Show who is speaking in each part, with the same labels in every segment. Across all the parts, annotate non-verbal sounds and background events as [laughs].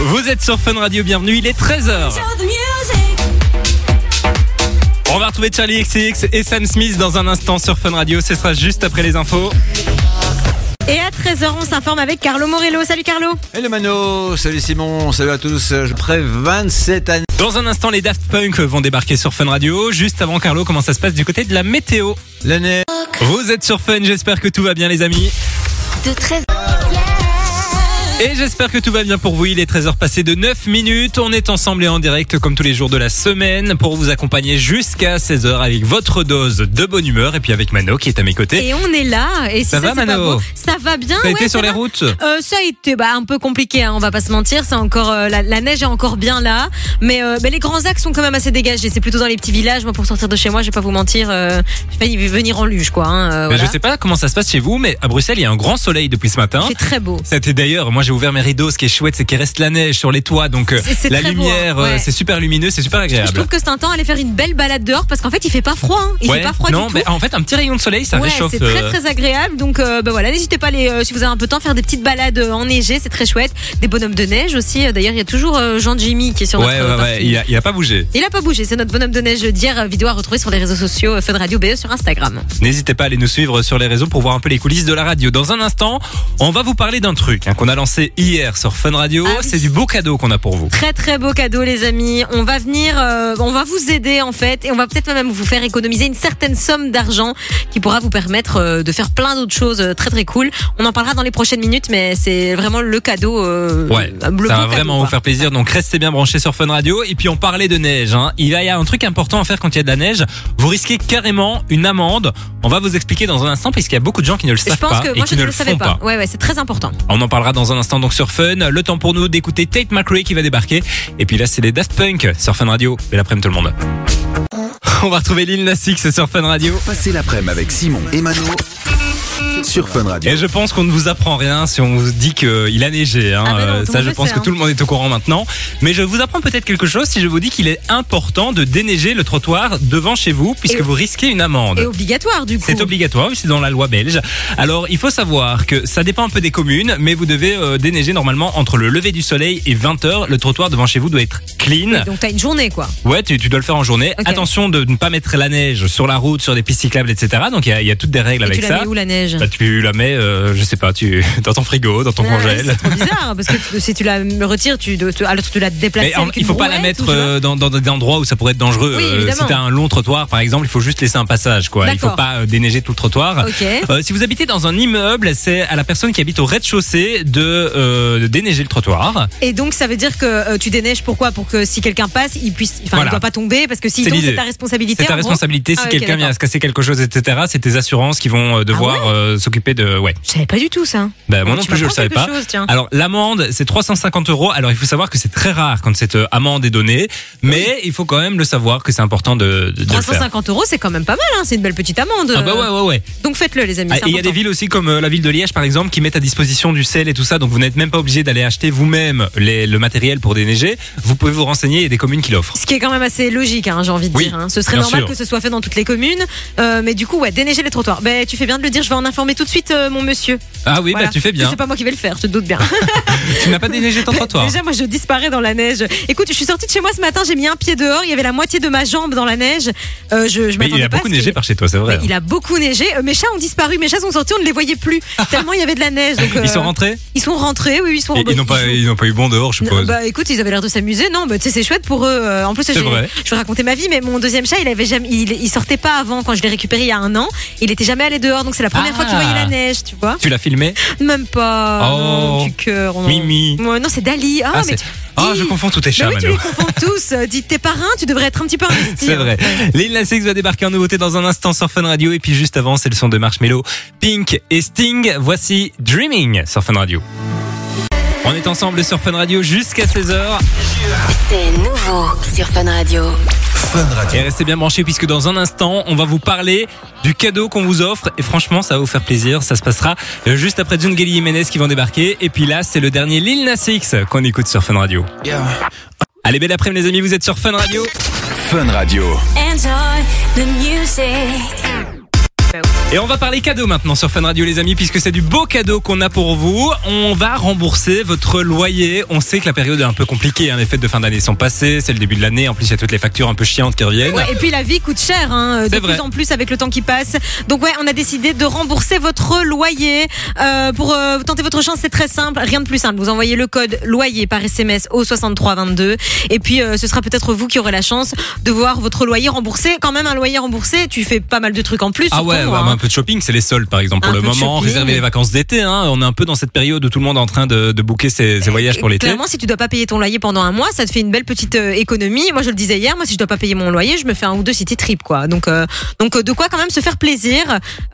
Speaker 1: Vous êtes sur Fun Radio, bienvenue, il est 13h. On va retrouver Charlie XCX et Sam Smith dans un instant sur Fun Radio, ce sera juste après les infos.
Speaker 2: Et à 13h, on s'informe avec Carlo Morello. Salut Carlo
Speaker 3: Hello Mano, salut Simon, salut à tous. Je près 27 années.
Speaker 1: Dans un instant, les Daft Punk vont débarquer sur Fun Radio. Juste avant Carlo, comment ça se passe du côté de la météo
Speaker 3: L'année.
Speaker 1: Vous êtes sur Fun, j'espère que tout va bien les amis.
Speaker 4: de 13
Speaker 1: Et j'espère que tout va bien pour vous. Il est 13h passé de 9 minutes. On est ensemble et en direct comme tous les jours de la semaine pour vous accompagner jusqu'à 16h avec votre dose de bonne humeur et puis avec Mano qui est à mes côtés.
Speaker 2: Et on est là. Et si
Speaker 1: Ça
Speaker 2: ça,
Speaker 1: va,
Speaker 2: c'est pas
Speaker 1: Mano
Speaker 2: beau, Ça va bien.
Speaker 1: T'as
Speaker 2: ah ouais,
Speaker 1: été sur
Speaker 2: ça
Speaker 1: les
Speaker 2: va.
Speaker 1: routes
Speaker 2: Euh, ça a été bah, un peu compliqué, hein, on va pas se mentir. C'est encore euh, la, la neige est encore bien là, mais euh, bah, les grands axes sont quand même assez dégagés. C'est plutôt dans les petits villages. Moi, pour sortir de chez moi, je vais pas vous mentir, euh, j'ai failli venir en luge, quoi. hein,
Speaker 1: Mais
Speaker 2: euh, voilà.
Speaker 1: Bah, Je sais hein. pas comment ça se passe chez vous, mais à Bruxelles, il y a un grand soleil depuis ce matin.
Speaker 2: C'est très beau.
Speaker 1: C'était d'ailleurs, moi j'ai ouvert mes rideaux, ce qui est chouette, c'est qu'il reste la neige sur les toits, donc euh,
Speaker 2: C'est- c'est
Speaker 1: la
Speaker 2: très beau, hein,
Speaker 1: lumière, euh,
Speaker 2: ouais.
Speaker 1: c'est super lumineux, c'est super
Speaker 2: Je
Speaker 1: agréable.
Speaker 2: trouve que c'est un temps à aller faire une belle balade dehors parce qu'en fait, il fait pas froid. hein. Il
Speaker 1: Ouais,
Speaker 2: fait pas froid
Speaker 1: non,
Speaker 2: du tout.
Speaker 1: mais en fait, un petit rayon de soleil, ça
Speaker 2: Ouais,
Speaker 1: réchauffe.
Speaker 2: c'est très
Speaker 1: euh,
Speaker 2: très agréable. Donc euh, bah voilà, n'hésitez pas les, euh, si vous avez un peu de temps faire des petites balades euh, enneigées, c'est très chouette. Des bonhommes de neige aussi. Euh, D'ailleurs, il y a toujours euh, Jean Jimmy qui est sur
Speaker 1: Ouais,
Speaker 2: notre.
Speaker 1: ouais,
Speaker 2: euh,
Speaker 1: ouais,
Speaker 2: parking.
Speaker 1: il a, il a pas bougé.
Speaker 2: Il a pas bougé, c'est notre bonhomme de neige d'hier, euh, vidéo à retrouver sur les réseaux sociaux euh, Fun Radio BE sur Instagram.
Speaker 1: N'hésitez pas à aller nous suivre sur les réseaux pour voir un peu les coulisses de la radio. Dans un instant, on va vous parler d'un truc hein, qu'on a lancé hier sur Fun Radio.
Speaker 2: Ah oui.
Speaker 1: C'est du beau cadeau qu'on a pour vous.
Speaker 2: Très très beau cadeau les amis. On va venir, euh, on va vous aider en fait et on va peut-être même vous faire économiser une certaine somme d'argent qui pourra vous permettre euh, de faire plein d'autres choses euh, très très cool. On en parlera dans les prochaines minutes mais c'est vraiment le cadeau. euh,
Speaker 1: Ouais,
Speaker 2: le bon
Speaker 1: ça va
Speaker 2: cadeau,
Speaker 1: vraiment
Speaker 2: quoi.
Speaker 1: vous faire plaisir. Donc restez bien branchés sur Fun Radio. Et puis on parlait de neige. hein. Il y a un truc important à faire quand il y a de la neige. Vous risquez carrément une amende. On va vous expliquer dans un instant puisqu'il y a beaucoup de gens qui ne le
Speaker 2: Je
Speaker 1: savent
Speaker 2: pense
Speaker 1: pas
Speaker 2: que
Speaker 1: et
Speaker 2: moi
Speaker 1: qui
Speaker 2: je
Speaker 1: ne
Speaker 2: ne
Speaker 1: le,
Speaker 2: le savais
Speaker 1: font pas.
Speaker 2: pas. Ouais ouais c'est très important.
Speaker 1: On en parlera dans un instant donc sur Fun. Le temps pour nous d'écouter Tate McRae qui va débarquer. Et puis là, c'est les Daft Punk sur Fun Radio. Belle après-midi tout le monde. On va retrouver Lil Nas X sur Fun Radio.
Speaker 5: Passez l'après-midi avec Simon et Mano sur Fun Radio.
Speaker 1: Et je pense qu'on ne vous apprend rien si on vous dit qu'il a neigé. hein.
Speaker 2: Ah bah non,
Speaker 1: Euh,
Speaker 2: tout le
Speaker 1: ça,
Speaker 2: monde
Speaker 1: je
Speaker 2: le
Speaker 1: pense
Speaker 2: sait,
Speaker 1: que
Speaker 2: hein.
Speaker 1: tout le monde est au courant maintenant. Mais je vous apprends peut-être quelque chose si je vous dis qu'il est important de déneiger le trottoir devant chez vous puisque
Speaker 2: Et-
Speaker 1: vous risquez une amende.
Speaker 2: Et obligatoire du coup.
Speaker 1: C'est obligatoire, oui, c'est dans la loi belge. Alors, il faut savoir que ça dépend un peu des communes, mais vous devez euh, déneiger normalement entre le lever du soleil et 20h. Le trottoir devant chez vous doit être clean.
Speaker 2: Donc t'as une journée quoi.
Speaker 1: Ouais, tu, tu dois le faire en journée.
Speaker 2: Ok.
Speaker 1: Attention de ne pas mettre la neige sur la route, sur des pistes cyclables, etc. Donc, il y a, il y a toutes des règles
Speaker 2: Et
Speaker 1: avec
Speaker 2: tu la
Speaker 1: ça.
Speaker 2: mets où la neige
Speaker 1: Bah, tu la mets, euh, je sais pas, tu [laughs] dans ton frigo, dans ton
Speaker 2: Ah,
Speaker 1: congèle.
Speaker 2: C'est trop bizarre parce que tu- si tu la retires, tu, dois- tu- alors tu dois la déplacer.
Speaker 1: Mais en-
Speaker 2: avec
Speaker 1: il
Speaker 2: une
Speaker 1: faut pas la
Speaker 2: brouette ou
Speaker 1: mettre
Speaker 2: je sais pas.
Speaker 1: euh, dans, dans des endroits où ça pourrait être dangereux. Euh,
Speaker 2: Oui,
Speaker 1: si
Speaker 2: évidemment.
Speaker 1: t'as un long trottoir, par exemple, il faut juste laisser un passage, quoi. Il faut
Speaker 2: D'accord.
Speaker 1: pas euh, déneiger tout le trottoir.
Speaker 2: Ok.
Speaker 1: Euh, si vous habitez dans un immeuble, c'est à la personne qui habite au rez-de-chaussée de, euh, de déneiger le trottoir.
Speaker 2: Et donc ça veut dire que euh, tu déneiges pourquoi Pour que si quelqu'un passe, il puisse, enfin,
Speaker 1: Voilà.
Speaker 2: il doit pas tomber parce que s'il
Speaker 1: C'est
Speaker 2: tombe, c'est
Speaker 1: l'idée.
Speaker 2: ta responsabilité.
Speaker 1: C'est ta
Speaker 2: en gros.
Speaker 1: responsabilité
Speaker 2: Ah,
Speaker 1: si
Speaker 2: ok,
Speaker 1: quelqu'un vient
Speaker 2: d'accord. Ah
Speaker 1: à se casser quelque chose, etc. C'est tes assurances qui vont euh, devoir euh, s'occuper de. Ouais.
Speaker 2: Je savais pas du tout ça.
Speaker 1: Bah, moi
Speaker 2: Ah, Tu
Speaker 1: non plus, je le
Speaker 2: m'apprends
Speaker 1: savais
Speaker 2: quelque
Speaker 1: pas. Ah,
Speaker 2: chose, hein. tiens.
Speaker 1: Alors l'amende, c'est 350 euros. Alors il faut savoir que c'est très rare quand cette euh, amende est donnée, mais il faut quand même le savoir que c'est important de, de, de le faire.
Speaker 2: 350 euros, c'est quand même pas mal. hein, C'est une belle petite amende.
Speaker 1: Ah bah ouais ouais ouais.
Speaker 2: Donc faites-le, les amis.
Speaker 1: Ah,
Speaker 2: euh, c'est
Speaker 1: et il y a
Speaker 2: important.
Speaker 1: des villes aussi comme euh, la ville de Liège par exemple qui mettent à disposition du sel et tout ça, donc vous n'êtes même pas obligé d'aller acheter vous-même les- le matériel pour déneiger. Vous pouvez vous renseigner, il y a des communes qui l'offrent.
Speaker 2: Ce qui est quand même assez logique, hein, j'ai envie de
Speaker 1: Oui,
Speaker 2: dire. hein. Ce serait
Speaker 1: bien
Speaker 2: normal
Speaker 1: sûr.
Speaker 2: que ce soit fait dans toutes les communes. Euh, mais du coup, ouais, déneiger les trottoirs. Ben, tu fais bien de le dire, je vais en informer tout de suite, euh, mon monsieur.
Speaker 1: Ah oui,
Speaker 2: Voilà.
Speaker 1: bah tu fais bien.
Speaker 2: C'est pas moi qui vais le faire, je te
Speaker 1: [laughs]
Speaker 2: doute bien.
Speaker 1: Tu n'as pas déneigé ton
Speaker 2: [laughs]
Speaker 1: trottoir.
Speaker 2: Déjà, moi, je disparais dans la neige. Écoute, je suis sortie de chez moi ce matin, j'ai mis un pied dehors, il y avait la moitié de ma jambe dans la neige. Euh, je, je
Speaker 1: Mais il
Speaker 2: m'attendais
Speaker 1: a
Speaker 2: pas à
Speaker 1: beaucoup
Speaker 2: ce qu'il-
Speaker 1: neigé par chez toi, c'est vrai.
Speaker 2: Mais il a beaucoup neigé. Euh, Mes chats ont disparu, mes chats sont sortis, on ne les
Speaker 1: [laughs]
Speaker 2: voyait plus. Tellement il y avait de la neige. Donc, euh,
Speaker 1: Ils sont rentrés
Speaker 2: ils sont rentrés, oui, oui, ils sont
Speaker 1: Et
Speaker 2: rentrés.
Speaker 1: Ils n'ont pas, ils n'ont pas eu bon dehors, je
Speaker 2: Non,
Speaker 1: suppose.
Speaker 2: bah écoute, ils avaient l'air de s'amuser, non Bah tu sais, c'est chouette pour eux. Euh, En plus, j'ai-
Speaker 1: vrai.
Speaker 2: je vais raconter ma vie, mais mon deuxième chat, il avait jamais, il, il sortait pas avant quand je l'ai récupéré il y a un an. Il était jamais allé dehors, donc c'est la première
Speaker 1: Ah.
Speaker 2: fois qu'il voyait la neige, tu vois
Speaker 1: Tu l'as filmé
Speaker 2: Même pas.
Speaker 1: Oh.
Speaker 2: Du cœur. non.
Speaker 1: Mimi.
Speaker 2: Ouais, non, c'est Dali. Ah,
Speaker 1: Ah,
Speaker 2: mais
Speaker 1: c'est-
Speaker 2: tu-
Speaker 1: Ah,
Speaker 2: Dis-
Speaker 1: je confonds tous tes
Speaker 2: Bah
Speaker 1: chats,
Speaker 2: oui, tu
Speaker 1: Mano.
Speaker 2: les confonds tous. Euh, Dis tes parrains, tu devrais être
Speaker 1: [laughs]
Speaker 2: un petit peu investi.
Speaker 1: C'est vrai. Lil Nas X va débarquer en nouveauté dans un instant sur Fun Radio et puis juste avant c'est le son de Marshmello, Pink et Sting. Voici Dreaming sur Fun Radio. On est ensemble sur Fun Radio jusqu'à 16h
Speaker 4: c'est nouveau sur Fun Radio.
Speaker 5: Fun Radio.
Speaker 1: et restez bien branchés puisque dans un instant on va vous parler du cadeau qu'on vous offre et franchement ça va vous faire plaisir, ça se passera euh, juste après John Gelly Jiménez qui vont débarquer et puis là c'est le dernier Lil Nas X qu'on écoute sur Fun Radio. Allez belle après-midi les amis, vous êtes sur Fun Radio.
Speaker 5: Fun Radio.
Speaker 4: Enjoy the music.
Speaker 1: Et on va parler cadeaux maintenant sur Fun Radio les amis puisque c'est du beau cadeau qu'on a pour vous. On va rembourser votre loyer. On sait que la période est un peu compliquée, hein. les fêtes de fin d'année sont passées, c'est le début de l'année, en plus il y a toutes les factures un peu chiantes qui reviennent.
Speaker 2: Ouais, et puis la vie coûte cher, hein, de
Speaker 1: C'est vrai.
Speaker 2: plus en plus avec le temps qui passe. Donc ouais, on a décidé de rembourser votre loyer. Euh, pour euh, tenter votre chance, c'est très simple, rien de plus simple. Vous envoyez le code loyer par SMS au 6322 et puis euh, ce sera peut-être vous qui aurez la chance de voir votre loyer remboursé. Quand même un loyer remboursé, tu fais pas mal de trucs en plus.
Speaker 1: Ah
Speaker 2: surtout,
Speaker 1: ouais, ouais,
Speaker 2: hein.
Speaker 1: bah, un peu de shopping, c'est les soldes par exemple pour
Speaker 2: Un
Speaker 1: le
Speaker 2: peu de
Speaker 1: moment.
Speaker 2: shopping.
Speaker 1: Réserver les vacances d'été, hein. on est un peu dans cette période où tout le monde est en train de, de booker ses, ses voyages pour l'été.
Speaker 2: Eh, Clairement, si tu dois pas payer ton loyer pendant un mois, ça te fait une belle petite euh, économie. Moi, je le disais hier, moi, si je dois pas payer mon loyer, je me fais un ou deux city trips, quoi. Donc, euh, donc euh, de quoi quand même se faire plaisir.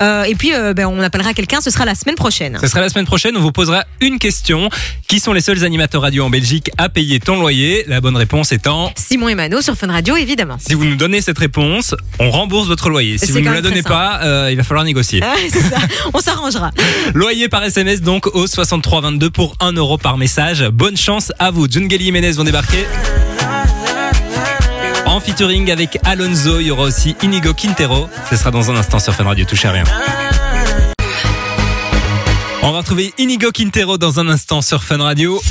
Speaker 2: Euh, et puis, euh, ben, on appellera quelqu'un. Ce sera la semaine prochaine.
Speaker 1: Ce sera la semaine prochaine, on vous posera une question. Qui sont les seuls animateurs radio en Belgique à payer ton loyer La bonne réponse étant...
Speaker 2: Simon et Mano sur Fun Radio, évidemment. [laughs]
Speaker 1: Si vous nous donnez cette réponse, on rembourse votre loyer. Si
Speaker 2: C'est
Speaker 1: vous ne
Speaker 2: quand
Speaker 1: nous la
Speaker 2: même
Speaker 1: donnez
Speaker 2: très
Speaker 1: pas, euh, il va falloir négocier.
Speaker 2: Ah, c'est ça. On s'arrangera.
Speaker 1: Loyer par SMS donc au 6322 pour 1 euro par message. Bonne chance à vous. Jungeli et Ménez vont débarquer. En featuring avec Alonso, il y aura aussi Inigo Quintero. Ce sera dans un instant sur Fun Radio, touche à rien. On va retrouver Inigo Quintero dans un instant sur Fun Radio.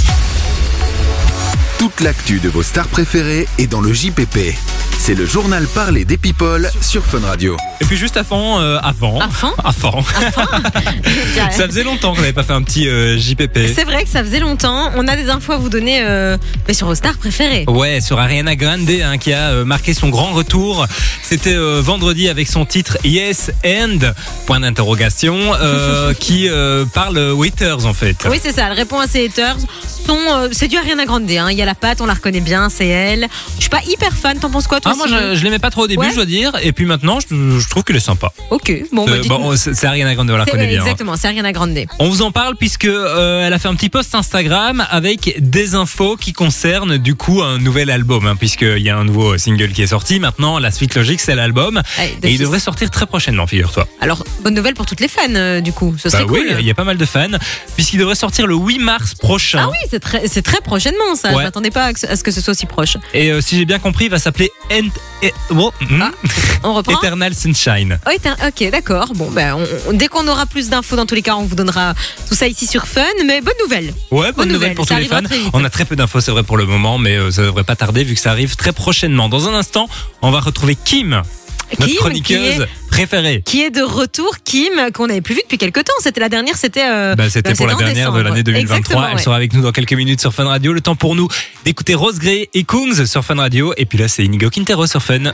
Speaker 5: Toute l'actu de vos stars préférées est dans le JPP. C'est le journal parlé des people sur Fun Radio.
Speaker 1: Et puis juste avant, euh, avant,
Speaker 2: Avant
Speaker 1: avant, ça faisait longtemps qu'on n'avait pas fait un petit euh, JPP.
Speaker 2: C'est vrai que ça faisait longtemps. On a des infos à vous donner euh, mais sur vos stars préférées.
Speaker 1: Ouais, sur Ariana Grande hein, qui a euh, marqué son grand retour. C'était euh, vendredi avec son titre Yes and point d'interrogation
Speaker 2: [laughs]
Speaker 1: euh, qui euh, parle euh, waiters en fait.
Speaker 2: Oui, c'est ça. Elle répond à ses haters. Son, euh, c'est du Ariana Grande. Hein. Il y a la patte, on la reconnaît bien, c'est elle. Je suis pas hyper fan. T'en penses quoi, toi
Speaker 1: Ah, moi
Speaker 2: Simon
Speaker 1: je, je l'aimais pas trop au début,
Speaker 2: Ouais.
Speaker 1: je dois dire, et puis maintenant je, je trouve qu'il est sympa.
Speaker 2: Ok. Bon, bah,
Speaker 1: Euh,
Speaker 2: dites-nous.
Speaker 1: bon, c'est c'est Ariana Grande, on la
Speaker 2: C'est-
Speaker 1: connaît bien. hein.
Speaker 2: Exactement, c'est Ariana Grande.
Speaker 1: On vous en parle puisque euh, elle a fait un petit post Instagram avec des infos qui concernent du coup un nouvel album, hein, puisqu'il y a un nouveau single qui est sorti. Maintenant, la suite logique c'est l'album,
Speaker 2: Allez,
Speaker 1: et il
Speaker 2: d'office.
Speaker 1: devrait sortir très prochainement, figure-toi.
Speaker 2: Alors, bonne nouvelle pour toutes les fans, euh, du coup. Ce
Speaker 1: Bah
Speaker 2: serait
Speaker 1: oui,
Speaker 2: cool.
Speaker 1: il y a pas mal de fans, puisqu'il devrait sortir le 8 mars prochain.
Speaker 2: Ah oui, c'est très, c'est très prochainement ça.
Speaker 1: Ouais.
Speaker 2: Je m'attendais pas à que ce- à ce que ce soit aussi proche.
Speaker 1: Et euh, si j'ai bien compris, il va s'appeler Ent- E- oh,
Speaker 2: Ah.
Speaker 1: hmm,
Speaker 2: Hein On reprend.
Speaker 1: Eternal Sunshine.
Speaker 2: Oh, éteint. ok, d'accord. Bon, ben, on- on- dès qu'on aura plus d'infos, dans tous les cas, on vous donnera tout ça ici sur Fun. Mais bonne nouvelle.
Speaker 1: Ouais, bonne,
Speaker 2: Bonne
Speaker 1: nouvelle
Speaker 2: nouvelle,
Speaker 1: pour
Speaker 2: ça
Speaker 1: tous les
Speaker 2: arrivera
Speaker 1: fans.
Speaker 2: très vite.
Speaker 1: On a très peu d'infos, c'est vrai, pour le moment, mais euh, ça devrait pas tarder vu que ça arrive très prochainement. Dans un instant, on va retrouver Kim, notre
Speaker 2: Kim,
Speaker 1: chroniqueuse
Speaker 2: qui est-
Speaker 1: préférée.
Speaker 2: Qui est de retour, Kim, euh, qu'on n'avait plus vu depuis quelques temps. C'était la dernière, c'était. euh,
Speaker 1: Bah, c'était
Speaker 2: bah,
Speaker 1: pour la
Speaker 2: en
Speaker 1: dernière de
Speaker 2: décembre.
Speaker 1: l'année 2023.
Speaker 2: Exactement,
Speaker 1: Elle
Speaker 2: ouais.
Speaker 1: sera avec nous dans quelques minutes sur Fun Radio. Le temps pour nous d'écouter Rose Gray et Kungs sur Fun Radio. Et puis là, c'est Inigo Quintero sur Fun.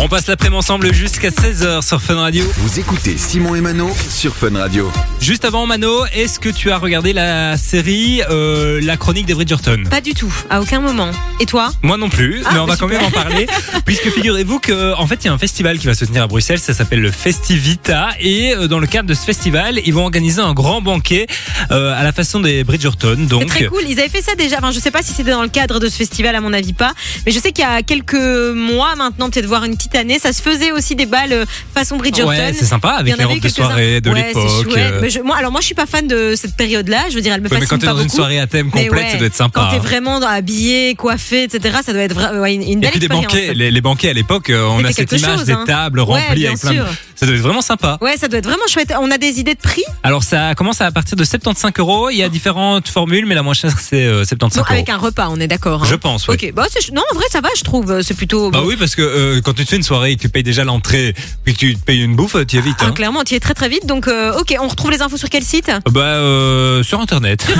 Speaker 1: On passe l'après-midi ensemble jusqu'à 16h sur Fun Radio.
Speaker 5: Vous écoutez Simon et Mano sur Fun Radio.
Speaker 1: Juste avant, Mano, est-ce que tu as regardé la série euh, La chronique d'Evry Jorton
Speaker 2: Pas du tout, à aucun moment. Et toi
Speaker 1: Moi non plus,
Speaker 2: Ah,
Speaker 1: mais on va
Speaker 2: bah,
Speaker 1: quand même en
Speaker 2: [laughs]
Speaker 1: parler, puisque figurez-vous que en fait il y a un festival qui va se tenir à Bruxelles, ça s'appelle le Festivita, et euh, dans le cadre de ce festival, ils vont organiser un grand banquet euh, à la façon des Bridgerton,
Speaker 2: C'est
Speaker 1: donc
Speaker 2: très cool. Ils avaient fait ça déjà. Enfin, je sais pas si c'était dans le cadre de ce festival, à mon avis pas. Mais je sais qu'il y a quelques mois maintenant, peut-être voire une petite année, ça se faisait aussi des balles euh, façon Bridgerton.
Speaker 1: Ouais, c'est sympa
Speaker 2: Il y
Speaker 1: avec
Speaker 2: en
Speaker 1: les
Speaker 2: avait
Speaker 1: robes de
Speaker 2: quelques-uns.
Speaker 1: soirée de
Speaker 2: Ouais, c'est
Speaker 1: l'époque.
Speaker 2: chouette.
Speaker 1: euh.
Speaker 2: Mais je- moi, alors moi, je suis pas fan de cette période-là. Je veux dire, elle me
Speaker 1: Ouais, mais
Speaker 2: fascine
Speaker 1: quand t'es
Speaker 2: pas
Speaker 1: dans une
Speaker 2: beaucoup.
Speaker 1: soirée à thème
Speaker 2: Mais
Speaker 1: complète, ça
Speaker 2: ouais,
Speaker 1: doit être sympa.
Speaker 2: Quand t'es
Speaker 1: hein.
Speaker 2: vraiment habillé, coiffé, etc., ça doit être vra- ouais, une, une
Speaker 1: Et
Speaker 2: belle
Speaker 1: puis les
Speaker 2: expérience.
Speaker 1: banquets, les, les banquets à l'époque, euh, on
Speaker 2: C'était
Speaker 1: a cette
Speaker 2: quelque
Speaker 1: image
Speaker 2: chose,
Speaker 1: des
Speaker 2: hein.
Speaker 1: tables
Speaker 2: Ouais,
Speaker 1: remplies
Speaker 2: bien
Speaker 1: avec plein de...
Speaker 2: sûr.
Speaker 1: Ça doit être vraiment sympa.
Speaker 2: Ouais, ça doit être vraiment chouette. On a des idées de prix
Speaker 1: Alors ça commence à partir de 75 euros, il y a différentes formules, mais la moins chère c'est euh, 75
Speaker 2: Bon,
Speaker 1: euros.
Speaker 2: avec un repas, on est d'accord. hein.
Speaker 1: Je pense, oui.
Speaker 2: Ok, bah, c'est ch- non, en vrai, ça va, je trouve. euh, C'est plutôt.
Speaker 1: Bah oui, parce que euh, quand tu te fais une soirée et que tu payes déjà l'entrée, puis que tu te payes une bouffe, tu y es vite.
Speaker 2: Ah,
Speaker 1: hein.
Speaker 2: clairement, tu y es très très vite. Donc, euh, ok, on retrouve les infos sur quel site
Speaker 1: Bah euh, sur internet. Sur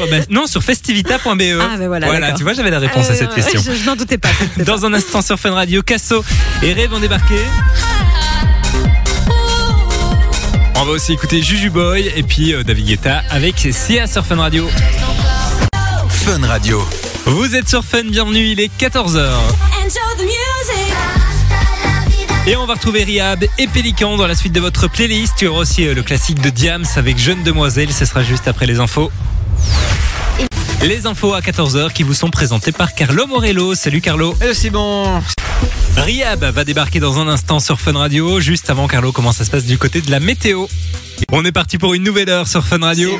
Speaker 1: internet. non, [laughs] sur festivita.be.
Speaker 2: Ah, bah voilà, d'accord.
Speaker 1: E. tu vois, j'avais la réponse à
Speaker 2: Euh,
Speaker 1: cette question.
Speaker 2: Je, je n'en doutais pas.
Speaker 1: Dans un instant sur Fun Radio, Casso et Rêve ont débarqué. On va aussi écouter Juju Boy et puis euh, David Guetta avec Sia sur Fun Radio.
Speaker 5: Fun Radio.
Speaker 1: Vous êtes sur Fun, bienvenue, il est 14h. Et on va retrouver Rihab et Pélican dans la suite de votre playlist. Tu auras aussi euh, le classique de Diams avec Jeune Demoiselle, ce sera juste après les infos. Les infos à 14h qui vous sont présentées par Carlo Morello. Salut Carlo.
Speaker 3: Eh, c'est bon.
Speaker 1: Rihab va débarquer dans un instant sur Fun Radio. Juste avant, Carlo, comment ça se passe du côté de la météo On est parti pour une nouvelle heure sur Fun Radio.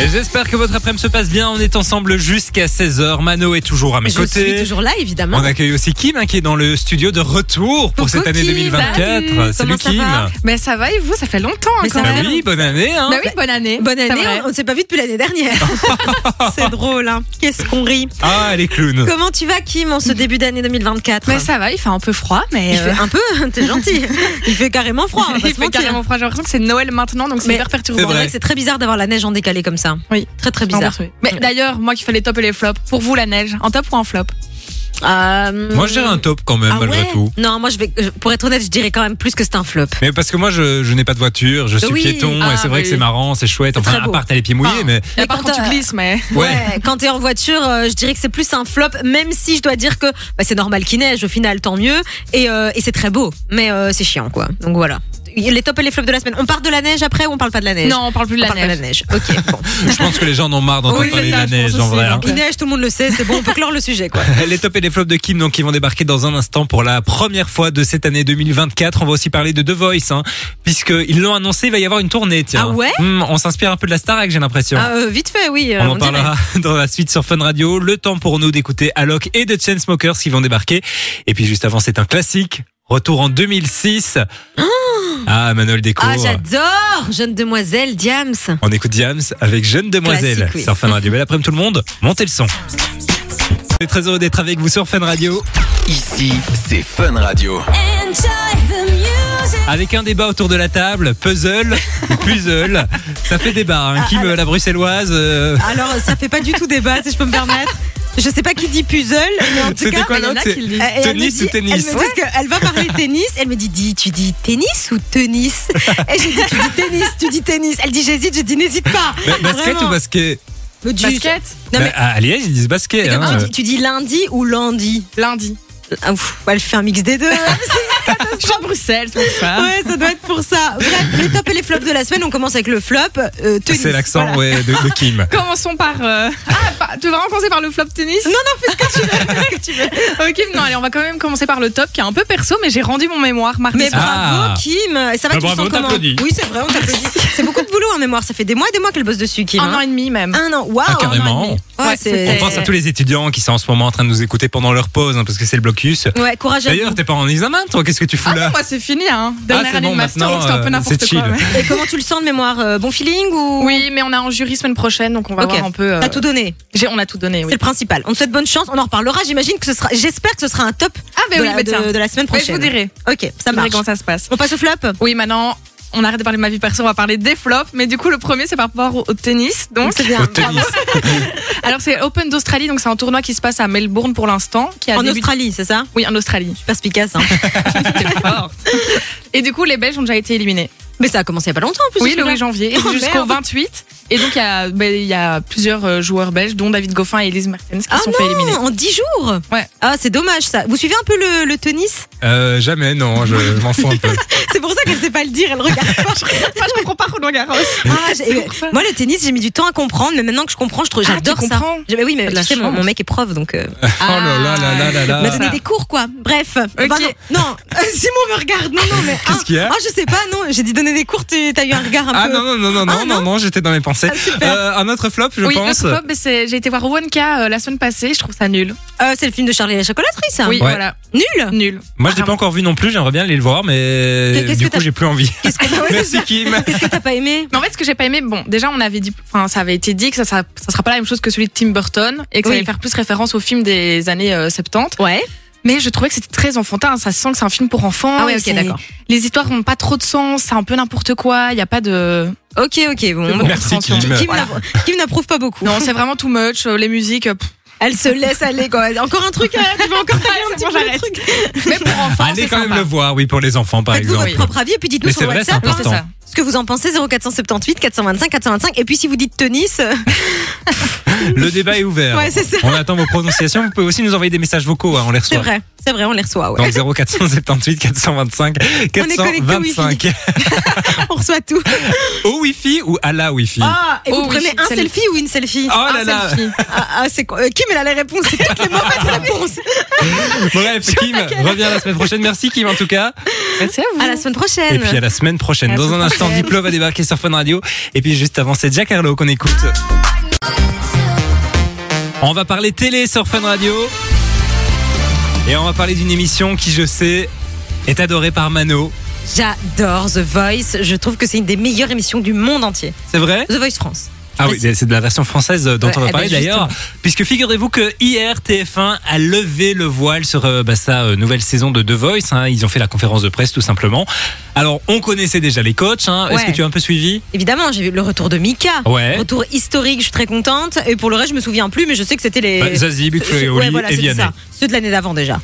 Speaker 1: Et J'espère que votre après-midi se passe bien. On est ensemble jusqu'à 16h. Mano est toujours à mes
Speaker 2: Je
Speaker 1: côtés.
Speaker 2: suis toujours là, évidemment.
Speaker 1: On accueille aussi Kim hein, qui est dans le studio de retour pour
Speaker 2: Coucou,
Speaker 1: cette année
Speaker 2: Kim.
Speaker 1: 2024.
Speaker 2: Salut,
Speaker 1: Salut
Speaker 2: comment ça
Speaker 1: Kim.
Speaker 2: va
Speaker 6: Mais ça va et vous Ça fait longtemps hein,
Speaker 2: Mais ça
Speaker 6: quand
Speaker 1: Bah
Speaker 6: même.
Speaker 2: va
Speaker 1: oui, bonne année. hein.
Speaker 6: Bah oui, bonne année.
Speaker 2: Bonne
Speaker 6: C'est
Speaker 2: année,
Speaker 6: vrai.
Speaker 2: on ne s'est pas vu depuis
Speaker 1: [laughs]
Speaker 2: l'année dernière. C'est drôle, hein. Qu'est-ce qu'on rit.
Speaker 1: Ah, les clowns.
Speaker 2: Comment tu vas, Kim, en ce début d'année 2024
Speaker 6: Mais Bah, ça va, il fait un peu froid, mais.
Speaker 2: Il
Speaker 6: euh,
Speaker 2: fait un peu, hein, t'es gentil. Il fait carrément froid, on va pas
Speaker 6: [laughs] il
Speaker 2: se
Speaker 6: fait
Speaker 2: mentir.
Speaker 6: carrément froid. J'ai l'impression que c'est Noël maintenant, donc c'est
Speaker 2: Mais-
Speaker 6: hyper
Speaker 1: C'est
Speaker 2: C'est
Speaker 6: perturbant.
Speaker 1: vrai.
Speaker 2: vrai que c'est très bizarre d'avoir la neige en décalé comme ça.
Speaker 6: Oui.
Speaker 2: Très très bizarre.
Speaker 6: Mais d'ailleurs, moi qui fais les tops et les flops, pour vous la neige, en top ou en flop
Speaker 2: Euh,
Speaker 1: Moi, je dirais un top quand même,
Speaker 2: ah
Speaker 1: malgré
Speaker 2: ouais
Speaker 1: tout.
Speaker 2: Non, moi je vais, je- pour être honnête, je dirais quand même plus que c'est un flop.
Speaker 1: Mais parce que moi, je, je n'ai pas de voiture, je suis
Speaker 2: Oui.
Speaker 1: piéton, et
Speaker 6: Ah,
Speaker 1: c'est vrai que
Speaker 6: oui.
Speaker 1: c'est marrant, c'est chouette. Enfin,
Speaker 2: très
Speaker 1: à
Speaker 2: beau.
Speaker 1: part, t'as les pieds mouillés,
Speaker 6: Enfin, [laughs]
Speaker 1: mais.
Speaker 6: Mais
Speaker 2: Mais
Speaker 6: par
Speaker 2: quand,
Speaker 6: contre,
Speaker 2: euh,
Speaker 6: tu glisses, mais.
Speaker 1: Ouais.
Speaker 2: quand t'es en voiture, euh, je dirais que c'est plus un flop, même si je dois dire que bah, c'est normal qu'il neige, au final, tant mieux. Et, euh, et c'est très beau, mais euh, c'est chiant, quoi. Donc voilà. Les tops et les flops de la semaine. On parle de la neige après ou on parle pas de la neige
Speaker 6: Non, on parle plus de
Speaker 2: on
Speaker 6: la
Speaker 2: parle pas de
Speaker 6: neige.
Speaker 2: la neige.
Speaker 1: [laughs]
Speaker 2: Ok, bon.
Speaker 1: Je pense que les gens en ont marre d'entendre
Speaker 6: Oui,
Speaker 1: parler
Speaker 6: c'est
Speaker 1: de
Speaker 6: ça,
Speaker 1: la
Speaker 6: je
Speaker 1: neige,
Speaker 6: pense
Speaker 1: en
Speaker 6: aussi,
Speaker 1: vrai. hein. [laughs]
Speaker 6: donc.
Speaker 2: Il neige, tout le monde le sait, c'est bon, on peut clore le sujet, quoi.
Speaker 1: Les tops et les flops de Kim, donc, qui vont débarquer dans un instant pour la première fois de cette année 2024. On va aussi parler de The Voice, hein, puisqu'ils l'ont annoncé, il va y avoir une tournée, tiens.
Speaker 2: Ah ouais
Speaker 1: Hmm, On s'inspire un peu de la Starac, j'ai l'impression.
Speaker 2: Ah, euh, vite fait, oui. euh,
Speaker 1: On en
Speaker 2: dirait.
Speaker 1: parlera [laughs] dans la suite sur Fun Radio. Le temps pour nous d'écouter Alok et The Chainsmokers qui vont débarquer. Et puis juste avant, c'est un classique. Retour en 2006. Ah, Manol découvre.
Speaker 2: Ah, j'adore Jeune demoiselle, Diams.
Speaker 1: On écoute Diams avec Jeune Demoiselle
Speaker 2: Classique, oui.
Speaker 1: sur Fun Radio. Belle après-midi tout le monde. Montez le son. On est très heureux d'être avec vous sur Fun Radio.
Speaker 5: Ici, c'est Fun Radio.
Speaker 1: Avec un débat autour de la table. Puzzle ou puzzle. Ça fait débat.
Speaker 2: Ah,
Speaker 1: Hein. Kim, la bruxelloise. euh,
Speaker 2: Alors, ça fait pas du tout débat, si je peux me permettre. Je sais pas qui dit puzzle, mais en tout
Speaker 1: C'était
Speaker 2: cas,
Speaker 1: quoi
Speaker 2: il y en a
Speaker 1: l'autre
Speaker 2: qui le disent.
Speaker 1: C'est
Speaker 2: Et elle me
Speaker 1: tennis
Speaker 2: dit-
Speaker 1: ou tennis
Speaker 2: Elle me dit, parce que elle va parler tennis, elle me dit, dis, tu dis tennis ou tennis Et j'ai dit, tu dis tennis, tu dis tennis. Elle dit, j'hésite, je dis, n'hésite pas.
Speaker 1: ba- basket
Speaker 2: Ah, Vraiment.
Speaker 1: ou basket
Speaker 2: Mais du-
Speaker 6: Basket
Speaker 2: Non, mais
Speaker 1: Bah, À Liège, ils disent basket.
Speaker 2: c'est comme
Speaker 1: hein.
Speaker 2: tu, dis, tu dis lundi ou lundi
Speaker 6: Lundi.
Speaker 2: Ah, ouf, Elle fait un mix des deux.
Speaker 6: Je suis à Bruxelles, c'est pour ça.
Speaker 2: ouais, ça doit être pour ça. Bref, les tops et les flops de la semaine, on commence avec le flop euh, tennis.
Speaker 1: C'est l'accent ouais, de- de Kim.
Speaker 6: Commençons par. euh, Ah,
Speaker 2: bah,
Speaker 6: par- tu veux vraiment commencer par le flop tennis Non, non, fais ce
Speaker 2: [laughs]
Speaker 6: que tu veux. ok, non, allez, on va quand même commencer par le top qui est un peu perso, mais j'ai rendu mon mémoire mardi
Speaker 2: Mais
Speaker 6: soir.
Speaker 1: Ah.
Speaker 2: bravo Kim Et ça
Speaker 1: Bah
Speaker 2: va, tu le
Speaker 1: bravo,
Speaker 2: sens comment
Speaker 1: t'applaudis.
Speaker 2: Oui, c'est vrai, on t'applaudit. [laughs] c'est beaucoup de boulot en mémoire, ça fait des mois et des mois qu'elle bosse dessus, Kim.
Speaker 6: Un an
Speaker 2: hein.
Speaker 6: et demi même.
Speaker 2: Un an, waouh
Speaker 1: Ah,
Speaker 6: un an et
Speaker 1: carrément.
Speaker 6: demi.
Speaker 2: Ouais,
Speaker 6: Ouais,
Speaker 2: c'est-
Speaker 1: On
Speaker 6: c'était-
Speaker 1: pense à tous les étudiants qui sont en ce moment en train de nous écouter pendant leur pause, hein, parce que c'est le blocus.
Speaker 2: Ouais, courage à
Speaker 1: D'ailleurs,
Speaker 2: vous.
Speaker 1: t'es pas en examen, toi Qu'est-ce que tu fous
Speaker 6: Ah
Speaker 1: là
Speaker 6: non, moi c'est fini, hein. Dernière
Speaker 1: c'est
Speaker 6: année
Speaker 1: bon,
Speaker 6: de master,
Speaker 1: maintenant,
Speaker 6: donc c'est
Speaker 1: euh,
Speaker 6: un peu
Speaker 1: c'est
Speaker 6: n'importe quoi.
Speaker 1: chill.
Speaker 6: mais-
Speaker 2: Et comment tu le sens de mémoire Euh, Bon feeling ou
Speaker 6: Oui, mais on a un jury semaine prochaine, donc on va
Speaker 2: Ok.
Speaker 6: voir un peu. euh,
Speaker 2: T'as tout donné,
Speaker 6: j'ai- On a tout donné,
Speaker 2: c'est
Speaker 6: oui.
Speaker 2: le principal. On te souhaite bonne chance, on en reparlera. J'imagine que ce sera, j'espère que ce sera un top
Speaker 6: Ah, bah
Speaker 2: de,
Speaker 6: oui,
Speaker 2: la,
Speaker 6: bah
Speaker 2: de-
Speaker 6: tiens.
Speaker 2: de la semaine
Speaker 6: Ouais, je
Speaker 2: prochaine.
Speaker 6: vous dirai.
Speaker 2: Ok, ça
Speaker 6: Je vous dirai
Speaker 2: marche.
Speaker 6: comment ça se passe.
Speaker 2: On passe au flop.
Speaker 6: Oui, maintenant, on arrête de parler de ma vie perso, on va parler des flops. Mais du coup, le premier, c'est par rapport au- au tennis. [laughs] Donc,
Speaker 2: C'est bien.
Speaker 1: Au tennis.
Speaker 6: alors c'est Open d'Australie, donc c'est un tournoi qui se passe à Melbourne pour l'instant. qui a
Speaker 2: En
Speaker 6: débuté-
Speaker 2: Australie, c'est ça
Speaker 6: Oui, en Australie. Ah,
Speaker 2: Je suis perspicace. [laughs] Hein.
Speaker 6: [laughs] Et du coup, les Belges ont déjà été éliminés.
Speaker 2: Mais ça a commencé il y a pas longtemps en plus.
Speaker 6: Oui,
Speaker 2: ce
Speaker 6: le
Speaker 2: truc-là.
Speaker 6: 8 janvier
Speaker 2: Oh,
Speaker 6: jusqu'au
Speaker 2: merde.
Speaker 6: 28. Et donc, il y, a- ben, il y a plusieurs euh, joueurs belges, dont David Goffin et Elise Mertens, qui
Speaker 2: Ah
Speaker 6: se sont fait éliminer.
Speaker 2: En 10 jours
Speaker 6: Ouais.
Speaker 2: Ah, c'est dommage ça. Vous suivez un peu le, le tennis
Speaker 1: Euh, Jamais, non, je m'en fous un
Speaker 2: [laughs]
Speaker 1: peu.
Speaker 2: C'est pour ça qu'elle sait pas le dire, elle regarde pas.
Speaker 6: Enfin, je comprends pas Roland Garros.
Speaker 2: Ah, j'ai-
Speaker 6: pour ça.
Speaker 2: moi, le tennis, j'ai mis du temps à comprendre, mais maintenant que je comprends, je trouve,
Speaker 6: Ah,
Speaker 2: j'adore
Speaker 6: tu
Speaker 2: ça.
Speaker 6: comprends
Speaker 2: Je- mais oui, mais
Speaker 6: T'as de la
Speaker 2: tu sais, mon,
Speaker 6: chance.
Speaker 2: mon mec est prof, donc. Euh,
Speaker 1: Oh là là là là là
Speaker 2: il m'a
Speaker 1: là.
Speaker 6: Mais-
Speaker 2: donné des cours, quoi. Bref. Bah non, non. Euh, Simon me regarde. Non, non, mais.
Speaker 1: Qu'est-ce
Speaker 2: ah,
Speaker 1: qu'il y a
Speaker 2: Ah, je sais pas, non. J'ai dit donner des cours, tu- t'as eu un regard un
Speaker 1: Ah
Speaker 2: peu.
Speaker 1: non, non, non, non, non,
Speaker 2: Ah,
Speaker 1: non, non, j'étais dans mes pensées. Euh, un autre flop, je
Speaker 6: oui,
Speaker 1: pense.
Speaker 6: l'autre fois, ben, c'est- j'ai été voir Wonka euh, la semaine passée, je trouve ça nul.
Speaker 2: Euh, c'est le film de Charlie et la chocolaterie, ça.
Speaker 1: Ouais.
Speaker 6: Oui, voilà,
Speaker 2: Nul.
Speaker 6: nul.
Speaker 1: Moi, je l'ai pas
Speaker 6: Vraiment.
Speaker 1: encore vu non plus, j'aimerais bien aller le voir, mais du
Speaker 2: Qu'est-ce que
Speaker 1: coup,
Speaker 2: t'as-
Speaker 1: j'ai plus envie.
Speaker 2: Qu'est-ce que t'as ouais, c'est
Speaker 1: Merci
Speaker 2: ça.
Speaker 1: Kim.
Speaker 2: Qu'est-ce que t'as pas aimé
Speaker 6: Mais en fait, ce que j'ai pas aimé, bon, déjà, on avait dit, enfin, ça avait été dit que ça, ça, ça sera pas la même chose que celui de Tim Burton et que ça
Speaker 2: Oui.
Speaker 6: allait faire plus référence aux films des années euh, 70.
Speaker 2: Ouais.
Speaker 6: Mais je trouvais que c'était très enfantin. Ça se sent que c'est un film pour enfants.
Speaker 2: Ah ouais,
Speaker 6: et
Speaker 2: ok,
Speaker 6: c'est-
Speaker 2: d'accord.
Speaker 6: Les histoires n'ont pas trop de sens. C'est un peu n'importe quoi. Il n'y a pas de.
Speaker 2: Ok, ok, bon.
Speaker 6: de
Speaker 1: Merci,
Speaker 6: compréhension.
Speaker 1: Kim.
Speaker 2: Kim
Speaker 6: Voilà.
Speaker 2: n'appro- Kim n'approuve pas beaucoup.
Speaker 6: Non, c'est vraiment too much. euh, Les musiques. euh, pff.
Speaker 2: Elle se laisse aller, quoi. Encore un truc, hein, tu vas encore parler un petit
Speaker 6: c'est bon,
Speaker 2: peu le
Speaker 6: j'arrête.
Speaker 2: truc.
Speaker 1: [laughs]
Speaker 6: Mais pour enfants,
Speaker 1: Allez
Speaker 6: c'est
Speaker 1: Ah, quand même
Speaker 6: sympa.
Speaker 1: le voir, oui, pour les enfants, par
Speaker 2: oh, Faites-vous
Speaker 1: exemple.
Speaker 2: votre propre avis et puis dites-nous
Speaker 1: Mais
Speaker 2: sur
Speaker 1: c'est vrai, c'est
Speaker 2: WhatsApp
Speaker 6: Non, c'est
Speaker 1: important.
Speaker 6: ça.
Speaker 2: ce que vous en pensez 0478 425 425 et puis si vous dites tennis euh,
Speaker 1: Le débat est ouvert.
Speaker 2: Ouais, c'est ça.
Speaker 1: On attend vos prononciations. Vous pouvez aussi nous envoyer des messages vocaux, hein, on les
Speaker 2: c'est
Speaker 1: reçoit.
Speaker 2: vrai c'est vrai on les reçoit ouais.
Speaker 1: Donc 0478 425
Speaker 2: est connecté au wifi.
Speaker 1: 425.
Speaker 2: [laughs] on reçoit tout
Speaker 1: Au Wi-Fi ou à la Wi-Fi
Speaker 2: ah et vous
Speaker 6: Oh, oui,
Speaker 2: prenez un
Speaker 6: selfie.
Speaker 2: selfie ou une selfie
Speaker 1: Oh là
Speaker 2: Un
Speaker 1: là. [laughs]
Speaker 2: selfie. ah, ah, c'est quoi Euh, Kim elle a les réponses c'est toutes les mauvaises réponses
Speaker 1: Bref, Kim revient la semaine prochaine. Merci Kim en tout cas.
Speaker 6: Merci à vous.
Speaker 2: à la semaine prochaine
Speaker 1: Et puis à la semaine prochaine.
Speaker 6: À la
Speaker 1: Dans un
Speaker 6: semaine
Speaker 1: instant, Sans diplôme va débarquer sur Fun Radio. Et puis juste avant, c'est Jack Harlow qu'on écoute. On va parler télé sur Fun Radio. Et on va parler d'une émission qui, je sais, est adorée par Mano.
Speaker 2: J'adore The Voice. Je trouve que c'est une des meilleures émissions du monde entier.
Speaker 1: C'est vrai
Speaker 2: The Voice France.
Speaker 1: Ah oui,
Speaker 2: Précis.
Speaker 1: c'est de la version française euh, dont
Speaker 2: Ouais,
Speaker 1: on va
Speaker 2: eh
Speaker 1: parler
Speaker 2: ben,
Speaker 1: d'ailleurs. Puisque figurez-vous que hier, TF1 a levé le voile sur euh, bah, sa euh, nouvelle saison de The Voice. hein. Ils ont fait la conférence de presse tout simplement. Alors, on connaissait déjà les coachs. hein. Est-ce
Speaker 2: Ouais.
Speaker 1: que tu as un peu suivi
Speaker 2: Évidemment, j'ai vu le retour de Mika.
Speaker 1: Ouais.
Speaker 2: Retour historique, je suis très contente. Et pour le reste, je me souviens plus, mais je sais que c'était les.
Speaker 1: Bah, Zazie, Big Flo et
Speaker 2: Ouais,
Speaker 1: Oli
Speaker 2: voilà,
Speaker 1: et
Speaker 2: c'était
Speaker 1: Vianney.
Speaker 2: ça. Ceux de l'année d'avant déjà.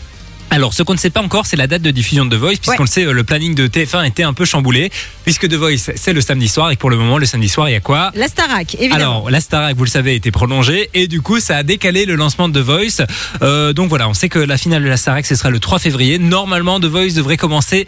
Speaker 1: Alors, ce qu'on ne sait pas encore, c'est la date de diffusion de The Voice, puisqu'on
Speaker 2: Ouais.
Speaker 1: le sait, euh, le planning de TF1 était un peu chamboulé, puisque The Voice, c'est le samedi soir, et que pour le moment, le samedi soir, il y a quoi
Speaker 2: La Starac, évidemment.
Speaker 1: Alors, la Starac, vous le savez, a été prolongée, et du coup, ça a décalé le lancement de The Voice. Euh, donc voilà, on sait que la finale de la Starac, ce sera le 3 février. Normalement, The Voice devrait commencer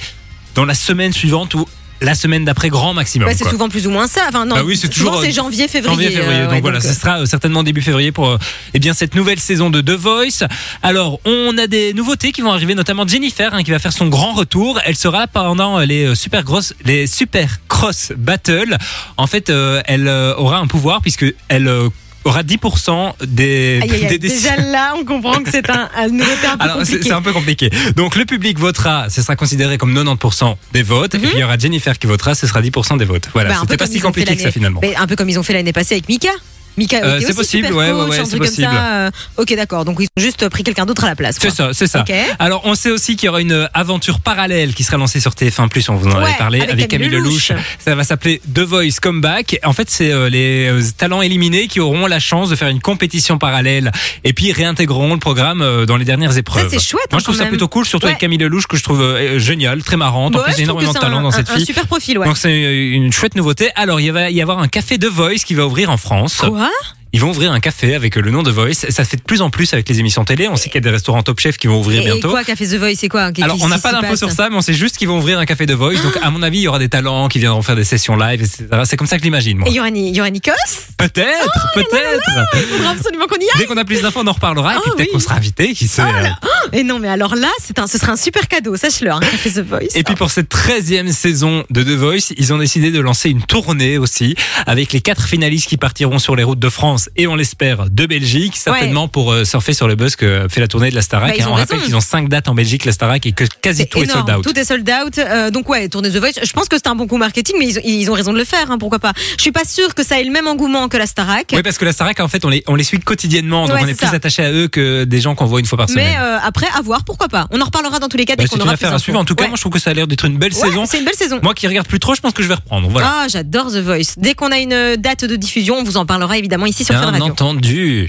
Speaker 1: dans la semaine suivante ou la semaine d'après, grand maximum.
Speaker 2: Bah, c'est
Speaker 1: quoi.
Speaker 2: souvent plus ou moins ça. Enfin, non,
Speaker 1: Bah oui, c'est
Speaker 2: souvent,
Speaker 1: toujours, euh,
Speaker 2: c'est janvier, février.
Speaker 1: Janvier, février.
Speaker 2: euh,
Speaker 1: donc
Speaker 2: ouais,
Speaker 1: voilà,
Speaker 2: donc,
Speaker 1: ce sera euh, certainement début février pour euh, eh bien cette nouvelle saison de The Voice. Alors, on a des nouveautés qui vont arriver, notamment Jennifer hein, qui va faire son grand retour. Elle sera là pendant euh, les euh, super grosses, les super cross battle. En fait, euh, elle euh, aura un pouvoir puisque elle euh, aura 10% des,
Speaker 2: Aïe, aïe, aïe.
Speaker 1: des décisions.
Speaker 2: Déjà là, on comprend que c'est un, un nouveauté un peu
Speaker 1: Alors, c'est
Speaker 2: compliqué.
Speaker 1: c'est un peu compliqué. Donc, le public votera, ce sera considéré comme 90% des votes. Et puis, il y aura Jennifer qui votera, ce sera 10% des votes. Voilà,
Speaker 2: Mhm. Bah, un peu
Speaker 1: c'était pas
Speaker 2: comme
Speaker 1: si
Speaker 2: ils ont fait
Speaker 1: compliqué que ça
Speaker 2: l'année- Bah,
Speaker 1: finalement.
Speaker 2: Mais un peu comme ils ont fait l'année passée avec Mika. Mika
Speaker 1: Euh,
Speaker 2: était
Speaker 1: c'est
Speaker 2: aussi
Speaker 1: possible,
Speaker 2: super
Speaker 1: ouais,
Speaker 2: coach,
Speaker 1: ouais, ouais,
Speaker 2: un
Speaker 1: c'est
Speaker 2: truc comme
Speaker 1: possible.
Speaker 2: ça, euh, Ok, d'accord. Donc ils ont juste pris quelqu'un d'autre à la place. quoi.
Speaker 1: C'est ça, c'est ça.
Speaker 2: Ok.
Speaker 1: Alors, on sait aussi qu'il y aura une aventure parallèle qui sera lancée sur TF1+, Plus, on vous en
Speaker 2: Ouais,
Speaker 1: avait parlé, avec,
Speaker 2: avec
Speaker 1: Camille
Speaker 2: Camille
Speaker 1: Lelouch.
Speaker 2: Lelouch.
Speaker 1: Ça va s'appeler The Voice Comeback. En fait, c'est euh, les euh, talents éliminés qui auront la chance de faire une compétition parallèle et puis réintégreront le programme euh, dans les dernières épreuves.
Speaker 2: c'est chouette,
Speaker 1: Moi,
Speaker 2: hein,
Speaker 1: je trouve
Speaker 2: quand
Speaker 1: ça
Speaker 2: même.
Speaker 1: plutôt cool, surtout
Speaker 2: Ouais.
Speaker 1: avec Camille Lelouch, que je trouve euh, euh, géniale, très marrante.
Speaker 2: Bah
Speaker 1: en
Speaker 2: ouais,
Speaker 1: plus, il y a
Speaker 2: je trouve
Speaker 1: énormément de
Speaker 2: que c'est
Speaker 1: talent
Speaker 2: un-
Speaker 1: dans cette
Speaker 2: un-
Speaker 1: fille.
Speaker 2: Un super profil, ouais.
Speaker 1: Donc, c'est euh, une chouette nouveauté. Alors, il va y avoir un café The Voice qui va ouvrir en France.
Speaker 2: Quoi
Speaker 1: Ils vont ouvrir un café avec le nom de Voice. Ça se fait de plus en plus avec les émissions télé. On sait qu'il y a des restaurants Top Chef qui vont ouvrir
Speaker 2: Et
Speaker 1: bientôt.
Speaker 2: quoi qu'a fait The Voice C'est quoi Qu'est-
Speaker 1: Alors,
Speaker 2: qu'est-ce
Speaker 1: on n'a
Speaker 2: qui
Speaker 1: pas
Speaker 2: s'y
Speaker 1: d'infos
Speaker 2: passe
Speaker 1: sur ça, mais on sait juste qu'ils vont ouvrir un café de voice. Donc, à mon avis, il y aura des talents qui viendront faire des sessions live, etc. C'est comme ça que je l'imagine, moi.
Speaker 2: Et il y aura Ni- il y aura Nikos
Speaker 1: Peut-être, peut-être.
Speaker 2: Il faudra absolument qu'on y aille.
Speaker 1: Dès qu'on a plus d'infos, on en reparlera. et
Speaker 2: Ah
Speaker 1: puis, peut-être
Speaker 2: oui. Oh
Speaker 1: qu'on sera invité, qui sait. euh.
Speaker 2: Et non, mais alors là, c'est un, ce sera un super cadeau, sache-le, hein, qu'a fait The Voice.
Speaker 1: Et puis, pour cette 13e saison de The Voice, ils ont décidé de lancer une tournée aussi, avec les quatre finalistes qui partiront sur les routes de France et, on l'espère, de Belgique. Certainement pour euh, surfer sur le buzz que fait la tournée de la Starac.
Speaker 2: Bah, ils
Speaker 1: Et
Speaker 2: ont
Speaker 1: on rappelle
Speaker 2: raison.
Speaker 1: qu'ils ont cinq dates en Belgique, la Starac, et que quasi
Speaker 2: C'est
Speaker 1: tout est sold
Speaker 2: énorme,
Speaker 1: out.
Speaker 2: Tout est sold out. Euh, donc ouais, tourner The Voice, je pense que c'est un bon coup marketing, mais ils ont, ils ont raison de le faire, hein, pourquoi pas. Je suis pas sûre que ça ait le même engouement que la Starac.
Speaker 1: Oui, parce que la Starac, en fait, on les, on les suit quotidiennement, donc
Speaker 2: Ouais,
Speaker 1: on est,
Speaker 2: c'est
Speaker 1: plus
Speaker 2: ça.
Speaker 1: attaché à eux que des gens qu'on voit une fois par semaine.
Speaker 2: mais euh, après, à voir, pourquoi pas. On en reparlera dans tous les cas dès
Speaker 1: Bah,
Speaker 2: qu'on
Speaker 1: c'est une
Speaker 2: aura
Speaker 1: affaire
Speaker 2: plus
Speaker 1: à
Speaker 2: d'infos.
Speaker 1: suivre. En tout cas,
Speaker 2: Ouais.
Speaker 1: moi, je trouve que ça a l'air d'être une belle
Speaker 2: Ouais,
Speaker 1: saison.
Speaker 2: c'est une belle saison.
Speaker 1: Moi qui regarde plus trop, je pense que je vais reprendre. Voilà.
Speaker 2: Ah, j'adore The Voice. Dès qu'on a une euh, date de diffusion, on vous en parlera évidemment ici sur Fun
Speaker 1: Bien
Speaker 2: Radio.
Speaker 1: entendu.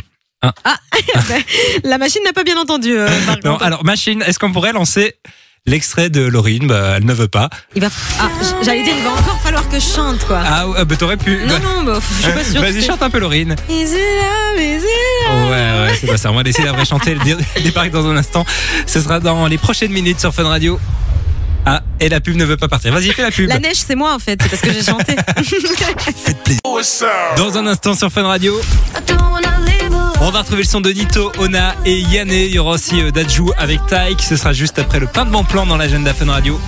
Speaker 2: La machine n'a pas bien
Speaker 1: [laughs]
Speaker 2: entendu. euh, par
Speaker 1: Non,
Speaker 2: contre.
Speaker 1: alors, Machine, est-ce qu'on pourrait lancer l'extrait de Laurine Bah, elle ne veut pas.
Speaker 2: Il va. Ah, j- j'allais dire, il va encore falloir que je chante, quoi.
Speaker 1: Ah, ouais, bah, t'aurais pu.
Speaker 2: Non, non, bah, je suis pas sûre.
Speaker 1: Vas-y,
Speaker 2: tu sais.
Speaker 1: chante Oh, un peu, Laurine.
Speaker 2: Is it love, is
Speaker 1: Ouais,
Speaker 2: it
Speaker 1: ouais, c'est pas ça. On va laisser la vraie chanter. Elle dé- [laughs] débarque dans un instant. Ce sera dans les prochaines minutes sur Fun Radio. Ah, et la pub ne veut pas partir. Vas-y, fais la pub.
Speaker 2: La neige, c'est moi, en fait. C'est parce que
Speaker 1: [laughs]
Speaker 2: j'ai chanté.
Speaker 1: Dans un instant sur Fun Radio. On va retrouver le son de Nito, Ona et Yanné. Il y aura aussi euh, Dajou avec Taïk. Ce sera juste après le pain de bon plan dans l'agenda Fun Radio.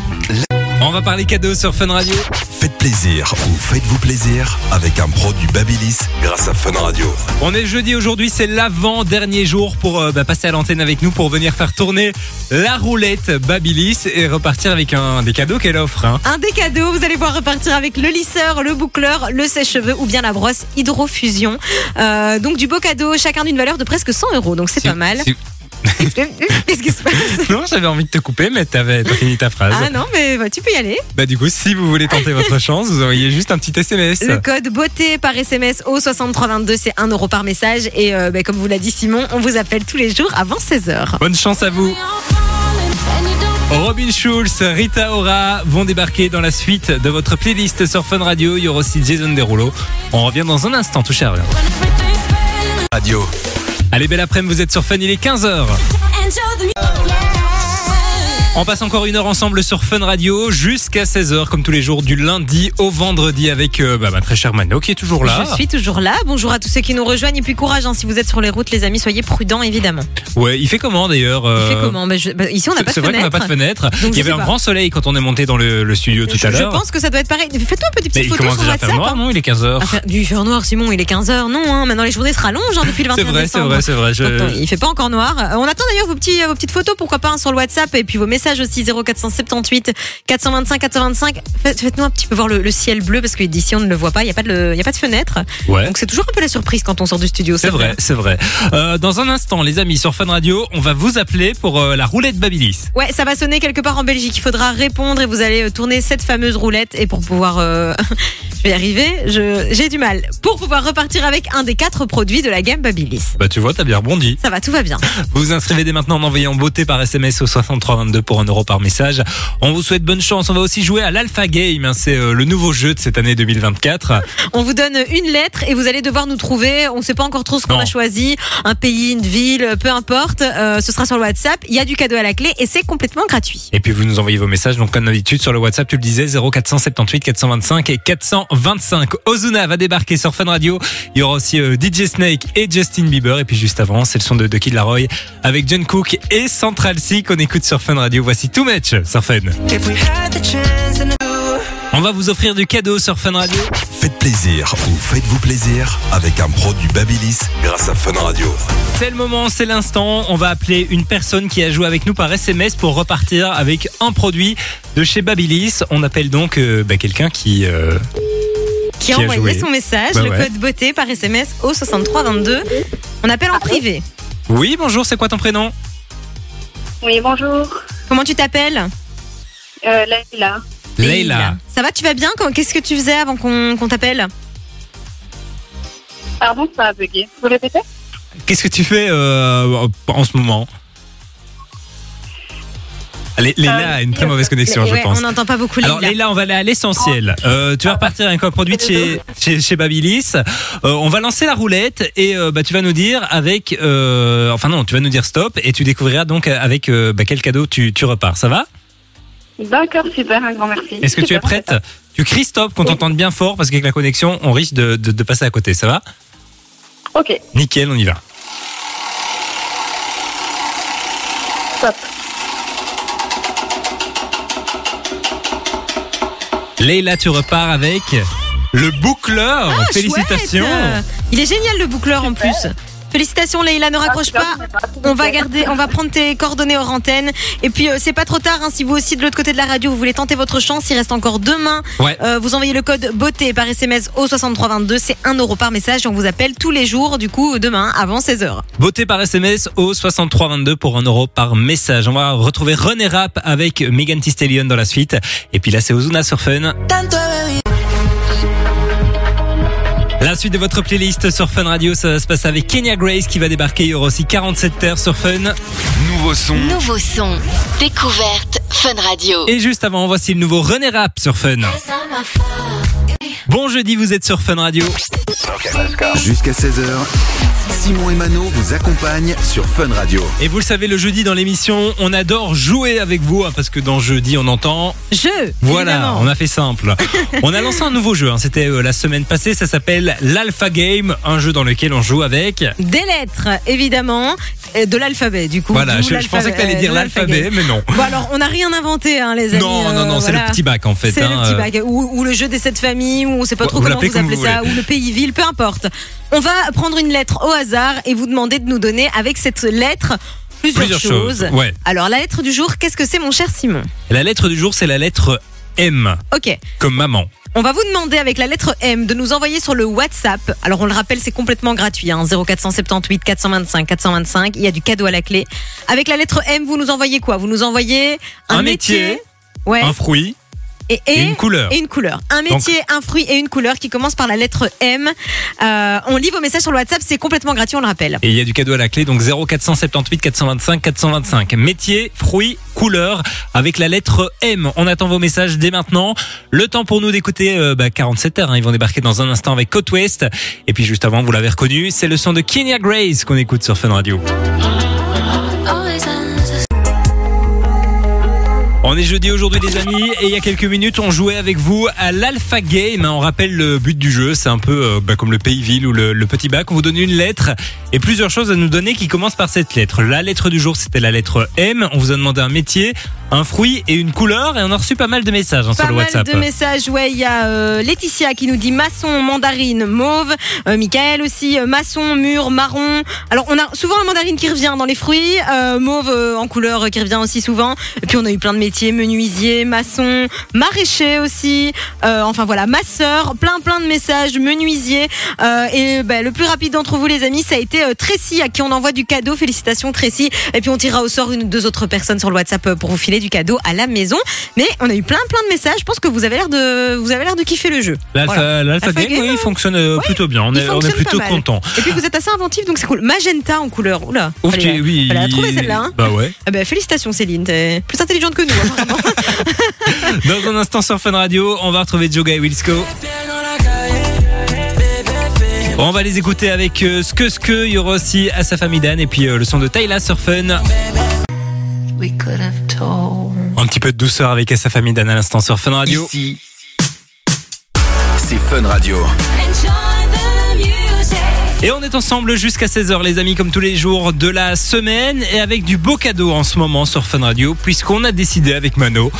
Speaker 1: On va parler cadeaux sur Fun Radio.
Speaker 7: Faites plaisir ou faites-vous plaisir avec un produit Babilis grâce à Fun Radio.
Speaker 1: On est jeudi aujourd'hui, c'est l'avant-dernier jour pour euh, bah, passer à l'antenne avec nous pour venir faire tourner la roulette Babilis et repartir avec un des cadeaux qu'elle offre. hein.
Speaker 2: Un des cadeaux, vous allez pouvoir repartir avec le lisseur, le boucleur, le sèche-cheveux ou bien la brosse hydrofusion. Euh, donc du beau cadeau, chacun d'une valeur de presque 100 euros. Donc c'est pas mal.
Speaker 1: Si-
Speaker 2: [laughs] Qu'est-ce qui se
Speaker 1: [laughs]
Speaker 2: passe
Speaker 1: Non, j'avais envie de te couper, mais t'avais t'as fini ta phrase.
Speaker 2: Ah non, mais bah, tu peux y aller.
Speaker 1: Bah du coup, si vous voulez tenter votre chance, vous envoyez juste un petit SMS.
Speaker 2: Le code beauté par SMS au 6322, c'est 1 euro par message. Et euh, bah, comme vous l'a dit Simon, on vous appelle tous les jours avant 16h.
Speaker 1: Bonne chance à vous. Robin Schulz, Rita Ora vont débarquer dans la suite de votre playlist sur Fun Radio. Il y aura aussi Jason Derulo. On revient dans un instant, touchez à rien.
Speaker 7: Radio.
Speaker 1: Allez, belle après-midi, vous êtes sur Fun, il est 15h. On passe encore une heure ensemble sur Fun Radio jusqu'à 16h, comme tous les jours, du lundi au vendredi, avec euh, bah, ma très chère Mano qui est toujours là.
Speaker 2: Je suis toujours là. Bonjour à tous ceux qui nous rejoignent. Et puis courage, hein, si vous êtes sur les routes, les amis, soyez prudents, évidemment.
Speaker 1: Ouais, il fait comment d'ailleurs
Speaker 2: Il fait
Speaker 1: euh,
Speaker 2: comment Ben, je- ben, Ici, on n'a pas de
Speaker 1: C'est vrai qu'on n'a pas de
Speaker 2: fenêtre.
Speaker 1: fenêtre.
Speaker 2: je
Speaker 1: il y avait
Speaker 2: sais
Speaker 1: un
Speaker 2: pas.
Speaker 1: grand soleil quand on est monté dans le, le studio tout à
Speaker 2: Je
Speaker 1: l'heure.
Speaker 2: pense que ça doit être pareil. Faites-toi un petit
Speaker 1: Mais
Speaker 2: petite
Speaker 1: il
Speaker 2: photo
Speaker 1: commence
Speaker 2: sur
Speaker 1: déjà à
Speaker 2: WhatsApp.
Speaker 1: faire noir,
Speaker 2: hein.
Speaker 1: non Il est 15h.
Speaker 2: Ah, faire du faire noir, Simon, il est 15h. Non, hein, maintenant les journées se rallongent hein, depuis le 21
Speaker 1: C'est vrai, c'est
Speaker 2: décembre.
Speaker 1: vrai, c'est vrai. je-
Speaker 2: Donc, non, il fait pas encore noir. Euh, on attend d'ailleurs vos, petits, vos petites photos, pourquoi pas, hein, sur le WhatsApp et puis vos messages aussi 0478 425 425. Faites- Faites-nous un petit peu voir le, le ciel bleu parce que d'ici on ne le voit pas, il n'y a, pas de le- il y a pas de fenêtre.
Speaker 1: Ouais.
Speaker 2: Donc c'est toujours un peu la surprise quand on sort du studio.
Speaker 1: C'est vrai, c'est vrai. Euh, dans un instant, les amis, sur Fun Radio, on va vous appeler pour euh, la roulette Babilis.
Speaker 2: Ouais, ça va sonner quelque part en Belgique. Il faudra répondre et vous allez euh, tourner cette fameuse roulette. Et pour pouvoir. euh, [laughs] je vais y arriver, je- j'ai du mal. Pour pouvoir repartir avec un des quatre produits de la gamme Babyliss.
Speaker 1: Bah tu vois, t'as bien rebondi.
Speaker 2: Ça va, tout va bien.
Speaker 1: Vous vous inscrivez dès maintenant en envoyant beauté par SMS au 6322 pour 1 euro par message. On vous souhaite bonne chance. On va aussi jouer à l'Alpha Game. hein. C'est euh, le nouveau jeu de cette année 2024.
Speaker 2: On vous donne une lettre et vous allez devoir nous trouver. On ne sait pas encore trop ce qu'on
Speaker 1: Non.
Speaker 2: a choisi. Un pays, une ville, peu importe. Euh, ce sera sur le WhatsApp. Il y a du cadeau à la clé et c'est complètement gratuit.
Speaker 1: Et puis vous nous envoyez vos messages, donc comme d'habitude sur le WhatsApp, tu le disais, 0478 425 et 425. Ozuna va débarquer sur Fun Radio. Il y aura aussi euh, DJ Snake et Justin Bieber. Et puis juste avant, c'est le son de, de Kid Laroi avec John Cook et Central C qu'on écoute sur Fun Radio. Voici Too Much sur Fun. On va vous offrir du cadeau sur Fun Radio.
Speaker 7: Faites plaisir ou faites-vous plaisir avec un produit Babilis grâce à Fun Radio.
Speaker 1: C'est le moment, c'est l'instant. On va appeler une personne qui a joué avec nous par SMS pour repartir avec un produit de chez Babilis. On appelle donc euh, bah, quelqu'un qui... euh,
Speaker 2: Qui a,
Speaker 1: Qui a
Speaker 2: envoyé
Speaker 1: joué.
Speaker 2: son message,
Speaker 1: Bah
Speaker 2: le
Speaker 1: ouais.
Speaker 2: code beauté par SMS au 6322. On appelle en privé.
Speaker 1: Oui, bonjour, c'est quoi ton prénom
Speaker 8: Oui, bonjour.
Speaker 2: Comment tu t'appelles
Speaker 8: Euh, Leïla.
Speaker 1: Leïla.
Speaker 2: Ça va, tu vas bien Quand- Qu'est-ce que tu faisais avant qu'on qu'on t'appelle
Speaker 8: Pardon, ça a bugué. Vous répétez
Speaker 1: Qu'est-ce que tu fais euh, en ce moment Allez, Leïla a une très mauvaise connexion,
Speaker 2: Euh, Ouais,
Speaker 1: je pense.
Speaker 2: On n'entend pas beaucoup
Speaker 1: Alors
Speaker 2: Leïla.
Speaker 1: Leïla, on va aller à l'essentiel.
Speaker 2: Oh.
Speaker 1: Euh, tu vas repartir avec un produit de chez, chez, chez Babilis. Euh, on va lancer la roulette et euh, bah, tu vas nous dire avec... euh, enfin non, tu vas nous dire stop et tu découvriras donc avec euh, bah, quel cadeau tu, tu repars. Ça va
Speaker 8: D'accord, super, un grand merci.
Speaker 1: Est-ce que tu es
Speaker 8: Super.
Speaker 1: prête Tu cries stop, qu'on t'entende bien fort parce qu'avec la connexion, on risque de, de- de passer à côté. Ça va
Speaker 8: Ok,
Speaker 1: Nickel, on y va.
Speaker 8: stop.
Speaker 1: Leïla, tu repars avec le boucleur.
Speaker 2: Ah,
Speaker 1: Félicitations.
Speaker 2: chouette Il est génial le boucleur en plus. Félicitations Leïla, ne raccroche pas. On va garder, on va prendre tes coordonnées hors antenne. Et puis euh, c'est pas trop tard hein, si vous aussi de l'autre côté de la radio vous voulez tenter votre chance, il reste encore demain.
Speaker 1: Ouais.
Speaker 2: Euh, vous envoyez le code beauté par SMS au 6322, c'est 1 euro par message. On vous appelle tous les jours du coup demain avant 16h.
Speaker 1: Beauté par SMS au 6322 pour 1 euro par message. On va retrouver René Rap avec Megan Thee Stallion dans la suite. Et puis là, c'est Ozuna sur Fun. La suite de votre playlist sur Fun Radio, ça va se passer avec Kenya Grace qui va débarquer. Il y aura aussi 47 terres sur Fun.
Speaker 5: Nouveau son.
Speaker 4: Nouveau son. Découverte Fun Radio.
Speaker 1: Et juste avant, voici le nouveau René Rap sur Fun. Bon jeudi, vous êtes sur Fun Radio.
Speaker 5: Jusqu'à 16h, Simon et Mano vous accompagnent sur Fun Radio.
Speaker 1: Et vous le savez, le jeudi dans l'émission, on adore jouer avec vous hein, parce que dans jeudi, on entend
Speaker 2: Jeu.
Speaker 1: Voilà,
Speaker 2: évidemment.
Speaker 1: on a fait
Speaker 2: [laughs]
Speaker 1: simple. on a lancé un nouveau jeu, hein, c'était euh, la semaine passée, ça s'appelle l'Alpha Game, un jeu dans lequel on joue avec...
Speaker 2: Des lettres évidemment, et de l'alphabet du coup.
Speaker 1: Voilà,
Speaker 2: D'où
Speaker 1: je, je pensais que t'allais
Speaker 2: euh,
Speaker 1: dire
Speaker 2: de
Speaker 1: l'alphabet, mais non.
Speaker 2: Bon alors, on n'a rien inventé, hein, les amis.
Speaker 1: non, non, non,
Speaker 2: euh,
Speaker 1: c'est
Speaker 2: voilà.
Speaker 1: le petit bac en fait.
Speaker 2: C'est
Speaker 1: hein,
Speaker 2: le petit
Speaker 1: euh,
Speaker 2: bac, ou, ou le jeu des sept familles, ou on sait pas
Speaker 1: Vous
Speaker 2: trop comment
Speaker 1: l'appelez
Speaker 2: vous
Speaker 1: comme
Speaker 2: appelez
Speaker 1: vous
Speaker 2: ça, ou le pays-ville, peu importe. On va prendre une lettre au hasard et vous demander de nous donner avec cette lettre plusieurs,
Speaker 1: Plusieurs choses. Ouais.
Speaker 2: Alors la lettre du jour, qu'est-ce que c'est mon cher Simon
Speaker 1: La lettre du jour, c'est la lettre M,
Speaker 2: Ok,
Speaker 1: comme maman.
Speaker 2: on va vous demander avec la lettre M de nous envoyer sur le WhatsApp. Alors on le rappelle, c'est complètement gratuit, hein, 0478 425 425, il y a du cadeau à la clé. Avec la lettre M, vous nous envoyez quoi Vous nous envoyez un,
Speaker 1: Un métier,
Speaker 2: ouais,
Speaker 1: Un fruit
Speaker 2: et,
Speaker 1: et,
Speaker 2: et-
Speaker 1: une couleur.
Speaker 2: et une couleur. Un métier, un fruit et une couleur qui commence par la lettre M. Euh, on lit vos messages sur le WhatsApp, c'est complètement gratuit, on le rappelle.
Speaker 1: Et il y a du cadeau à la clé, donc 0478 425 425. Métier, fruits, couleur, avec la lettre M. On attend vos messages dès maintenant. Le temps pour nous d'écouter euh, bah, 47 heures. hein. Ils vont débarquer dans un instant avec Côte Ouest. Et puis juste avant, vous l'avez reconnu, c'est le son de Kenya Grace qu'on écoute sur Fun Radio. On est jeudi aujourd'hui les amis et il y a quelques minutes on jouait avec vous à l'Alpha Game. On rappelle le but du jeu, c'est un peu euh, bah, comme le pays ville ou le, le petit bac. On vous donne une lettre et plusieurs choses à nous donner qui commencent par cette lettre. La lettre du jour c'était la lettre M. On vous a demandé un métier, un fruit et une couleur et on a reçu pas mal de messages hein, sur
Speaker 2: Pas
Speaker 1: le
Speaker 2: mal
Speaker 1: WhatsApp.
Speaker 2: de messages, ouais. Il y a euh, Laetitia qui nous dit maçon, mandarine, mauve. Euh, Michael aussi, euh, maçon, mur, marron. Alors, on a souvent la mandarine qui revient dans les fruits, euh, mauve euh, en couleur euh, qui revient aussi souvent. Et puis, on a eu plein de métiers, menuisier, maçon, maraîcher aussi. Euh, enfin, voilà, masseur, plein, plein de messages, menuisier. Euh, et ben, le plus rapide d'entre vous, les amis, ça a été euh, Tracy, à qui on envoie du cadeau. Félicitations, Tracy. Et puis, on tirera au sort une ou deux autres personnes sur le WhatsApp euh, pour vous filer du cadeau à la maison. Mais on a eu plein plein de messages. Je pense que vous avez l'air de vous avez l'air de kiffer le jeu.
Speaker 1: L'Alpha l'Alpha
Speaker 2: Alpha
Speaker 1: Game,
Speaker 2: Game, hein.
Speaker 1: oui, il fonctionne euh, plutôt bien. On
Speaker 2: il
Speaker 1: est, on est
Speaker 2: fonctionne pas
Speaker 1: plutôt
Speaker 2: mal.
Speaker 1: content.
Speaker 2: Et puis vous êtes assez inventif donc c'est cool. Magenta en couleur. Oula.
Speaker 1: Ouf,
Speaker 2: Fallait-
Speaker 1: tu- oui,
Speaker 2: fallait la
Speaker 1: il-
Speaker 2: trouver, celle-là, hein.
Speaker 1: Bah ouais.
Speaker 2: Ah ben, félicitations Céline, t'es plus intelligente que nous. apparemment.
Speaker 1: Dans un instant sur Fun Radio, on va retrouver Joga et Wilsco. On va les écouter avec euh, ce que ce que il y aura aussi à sa famille Dan et puis euh, le son de Tayla sur Fun. Un petit peu de douceur avec sa famille Dan à l'instant sur Fun Radio.
Speaker 5: Ici, c'est Fun Radio.
Speaker 1: Et on est ensemble jusqu'à 16h les amis comme tous les jours de la semaine et avec du beau cadeau en ce moment sur Fun Radio puisqu'on a décidé avec Mano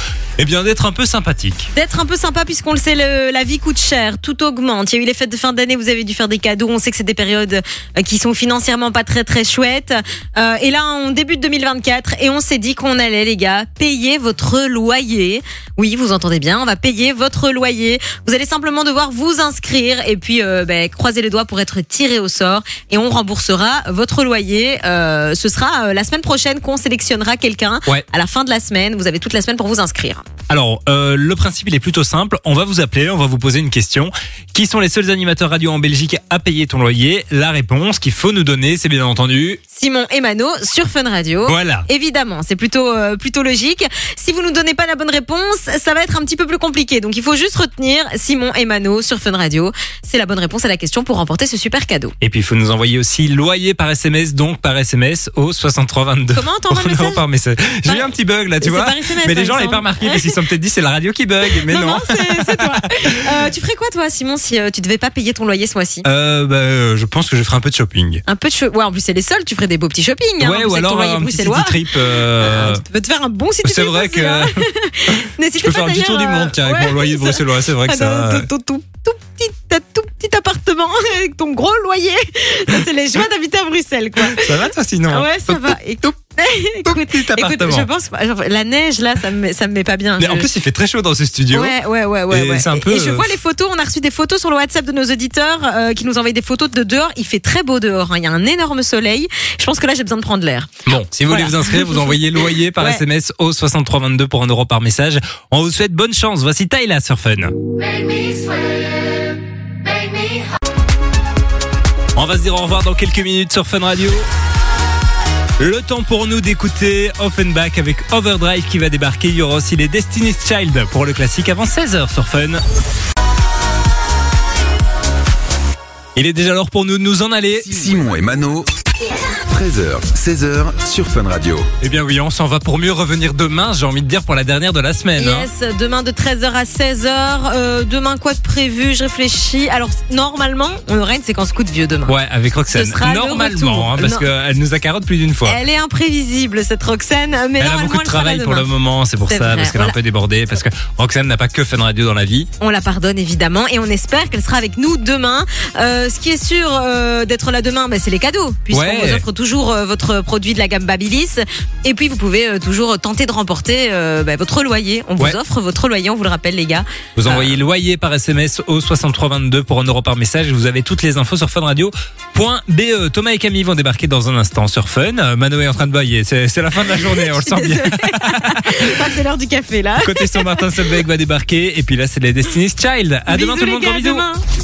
Speaker 1: eh bien d'être un peu sympathique.
Speaker 2: D'être un peu sympa puisqu'on le sait, le- la vie coûte cher, tout augmente. Il y a eu les fêtes de fin d'année, vous avez dû faire des cadeaux. On sait que c'est des périodes euh, qui sont financièrement pas très très chouettes. Euh, et là, on débute 2024 et on s'est dit qu'on allait les gars payer votre loyer. Oui, vous entendez bien, on va payer votre loyer. Vous allez simplement devoir vous inscrire et puis euh, ben, croiser les doigts pour être tiré au sort et on remboursera votre loyer. Euh, ce sera euh, la semaine prochaine qu'on sélectionnera quelqu'un.
Speaker 1: Ouais.
Speaker 2: À la fin de la semaine, vous avez toute la semaine pour vous inscrire.
Speaker 1: Alors, euh, le principe, il est plutôt simple. On va vous appeler, on va vous poser une question. Qui sont les seuls animateurs radio en Belgique à payer ton loyer La réponse qu'il faut nous donner, c'est bien entendu.
Speaker 2: Simon et Mano sur Fun Radio.
Speaker 1: Voilà.
Speaker 2: Évidemment, c'est plutôt euh, plutôt logique. Si vous nous donnez pas la bonne réponse, ça va être un petit peu plus compliqué. Donc il faut juste retenir Simon et Mano sur Fun Radio. C'est la bonne réponse à la question pour remporter ce super
Speaker 1: [laughs]
Speaker 2: cadeau.
Speaker 1: Et puis, il faut nous envoyer aussi loyer par SMS, donc par SMS au 6322.
Speaker 2: Comment t'envoies le
Speaker 1: Oh Non,
Speaker 2: message
Speaker 1: par message. J'ai
Speaker 2: Par-
Speaker 1: eu un petit bug là, tu
Speaker 2: C'est
Speaker 1: vois.
Speaker 2: par SMS,
Speaker 1: mais les
Speaker 2: il
Speaker 1: gens
Speaker 2: me
Speaker 1: l'avaient pas
Speaker 2: semble.
Speaker 1: remarqué parce qu'ils se sont peut-être dit c'est la radio qui bug. Mais non.
Speaker 2: hein. non, c'est c'est
Speaker 1: [laughs]
Speaker 2: toi. Euh, tu ferais quoi toi, Simon, si euh, tu devais pas payer ton loyer ce mois-ci
Speaker 1: Euh, bah, euh, je pense que je ferai un peu de shopping.
Speaker 2: Un peu de che- ouais, en plus c'est les seuls. Tu ferais des beaux petits shopping. hein, en
Speaker 1: ouais,
Speaker 2: plus,
Speaker 1: ou
Speaker 2: avec ton
Speaker 1: alors
Speaker 2: loyer
Speaker 1: un petit
Speaker 2: bruxellois.
Speaker 1: city trip. euh,
Speaker 2: Euh, tu peux te faire un bon site hein.
Speaker 1: c'est vrai que [laughs]
Speaker 2: [laughs]
Speaker 1: je peux faire du tour du
Speaker 2: euh,
Speaker 1: monde tiens, avec mon loyer bruxellois. C'est vrai que
Speaker 2: Ah,
Speaker 1: ça.
Speaker 2: ton- ton- ton tout petit, ta tout petit appartement [laughs] avec ton gros loyer. Ça, c'est les joies d'habiter à Bruxelles, quoi.
Speaker 1: Ça va toi sinon
Speaker 2: Ah ouais, ça va. Écoute, [laughs] écoute,
Speaker 1: Petit
Speaker 2: écoute,
Speaker 1: appartement.
Speaker 2: je pense, genre, la neige là, ça me, met- ça me met pas bien.
Speaker 1: Mais en
Speaker 2: Je-
Speaker 1: plus, il fait très chaud dans ce studio.
Speaker 2: Ouais, ouais, ouais, ouais.
Speaker 1: Et
Speaker 2: ouais.
Speaker 1: c'est un peu,
Speaker 2: et je
Speaker 1: euh,
Speaker 2: vois les photos. On a reçu des photos sur le WhatsApp de nos auditeurs euh, qui nous envoient des photos de dehors. Il fait très beau dehors. hein. Il y a un énorme soleil. Je pense que là, j'ai besoin de prendre l'air.
Speaker 1: Bon, si vous
Speaker 2: Voilà.
Speaker 1: voulez vous inscrire, vous envoyez loyer par
Speaker 2: Ouais.
Speaker 1: SMS au 6322 pour 1 euro par message. On vous souhaite bonne chance. Voici Tyla sur Fun. On va se dire au revoir dans quelques minutes sur Fun Radio. Le temps pour nous d'écouter Offenbach avec Overdrive qui va débarquer. Il y aura aussi les Destiny's Child pour le classique avant 16h sur Fun. Il est déjà l'heure pour nous de nous en aller.
Speaker 5: Simon et Mano, 13h, 16h sur Fun Radio.
Speaker 1: Eh bien oui, on s'en va pour mieux revenir demain, j'ai envie de dire pour la dernière de la semaine. hein.
Speaker 2: Yes, demain de 13h à 16h. Euh, demain, quoi de prévu Je réfléchis. Alors, normalement, on aura une séquence coup de vieux demain.
Speaker 1: Ouais, avec Roxane.
Speaker 2: Ce sera le retour.
Speaker 1: Normalement, hein, parce
Speaker 2: Non.
Speaker 1: qu'elle nous a carotte plus d'une fois.
Speaker 2: Elle est imprévisible, cette Roxane.
Speaker 1: Elle,
Speaker 2: Mais
Speaker 1: a
Speaker 2: normalement,
Speaker 1: beaucoup de
Speaker 2: elle sera là
Speaker 1: travail pour
Speaker 2: demain.
Speaker 1: le moment, c'est pour ça,
Speaker 2: C'est vrai,
Speaker 1: parce qu'elle est
Speaker 2: voilà.
Speaker 1: un peu débordée, parce que Roxane n'a pas que Fun Radio dans la vie.
Speaker 2: On la pardonne évidemment et on espère qu'elle sera avec nous demain. Euh, ce qui est sûr euh, d'être là demain, bah, c'est les cadeaux, puisqu'on
Speaker 1: Ouais.
Speaker 2: vous offre toujours euh, votre produit de la gamme Babilis. Et puis vous pouvez euh, toujours tenter de remporter euh, bah, votre loyer. On
Speaker 1: Ouais.
Speaker 2: vous offre votre loyer, on vous le rappelle les gars.
Speaker 1: Vous envoyez
Speaker 2: Ah.
Speaker 1: loyer par SMS au 6322 pour 1 euro par message et vous avez toutes les infos sur funradio.be. E. Thomas et Camille vont débarquer dans un instant sur Fun. Euh, Mano est en train de bailler, c'est c'est la fin de la journée, on le
Speaker 2: [laughs]
Speaker 1: sent bien.
Speaker 2: [laughs] Ah, c'est l'heure du café là.
Speaker 1: Côté son Martin Solveig va débarquer et puis là c'est les Destiny's Child. À demain tout le
Speaker 2: Bisous, les
Speaker 1: monde,
Speaker 2: gars,
Speaker 1: gros
Speaker 2: à
Speaker 1: bisous.
Speaker 2: demain.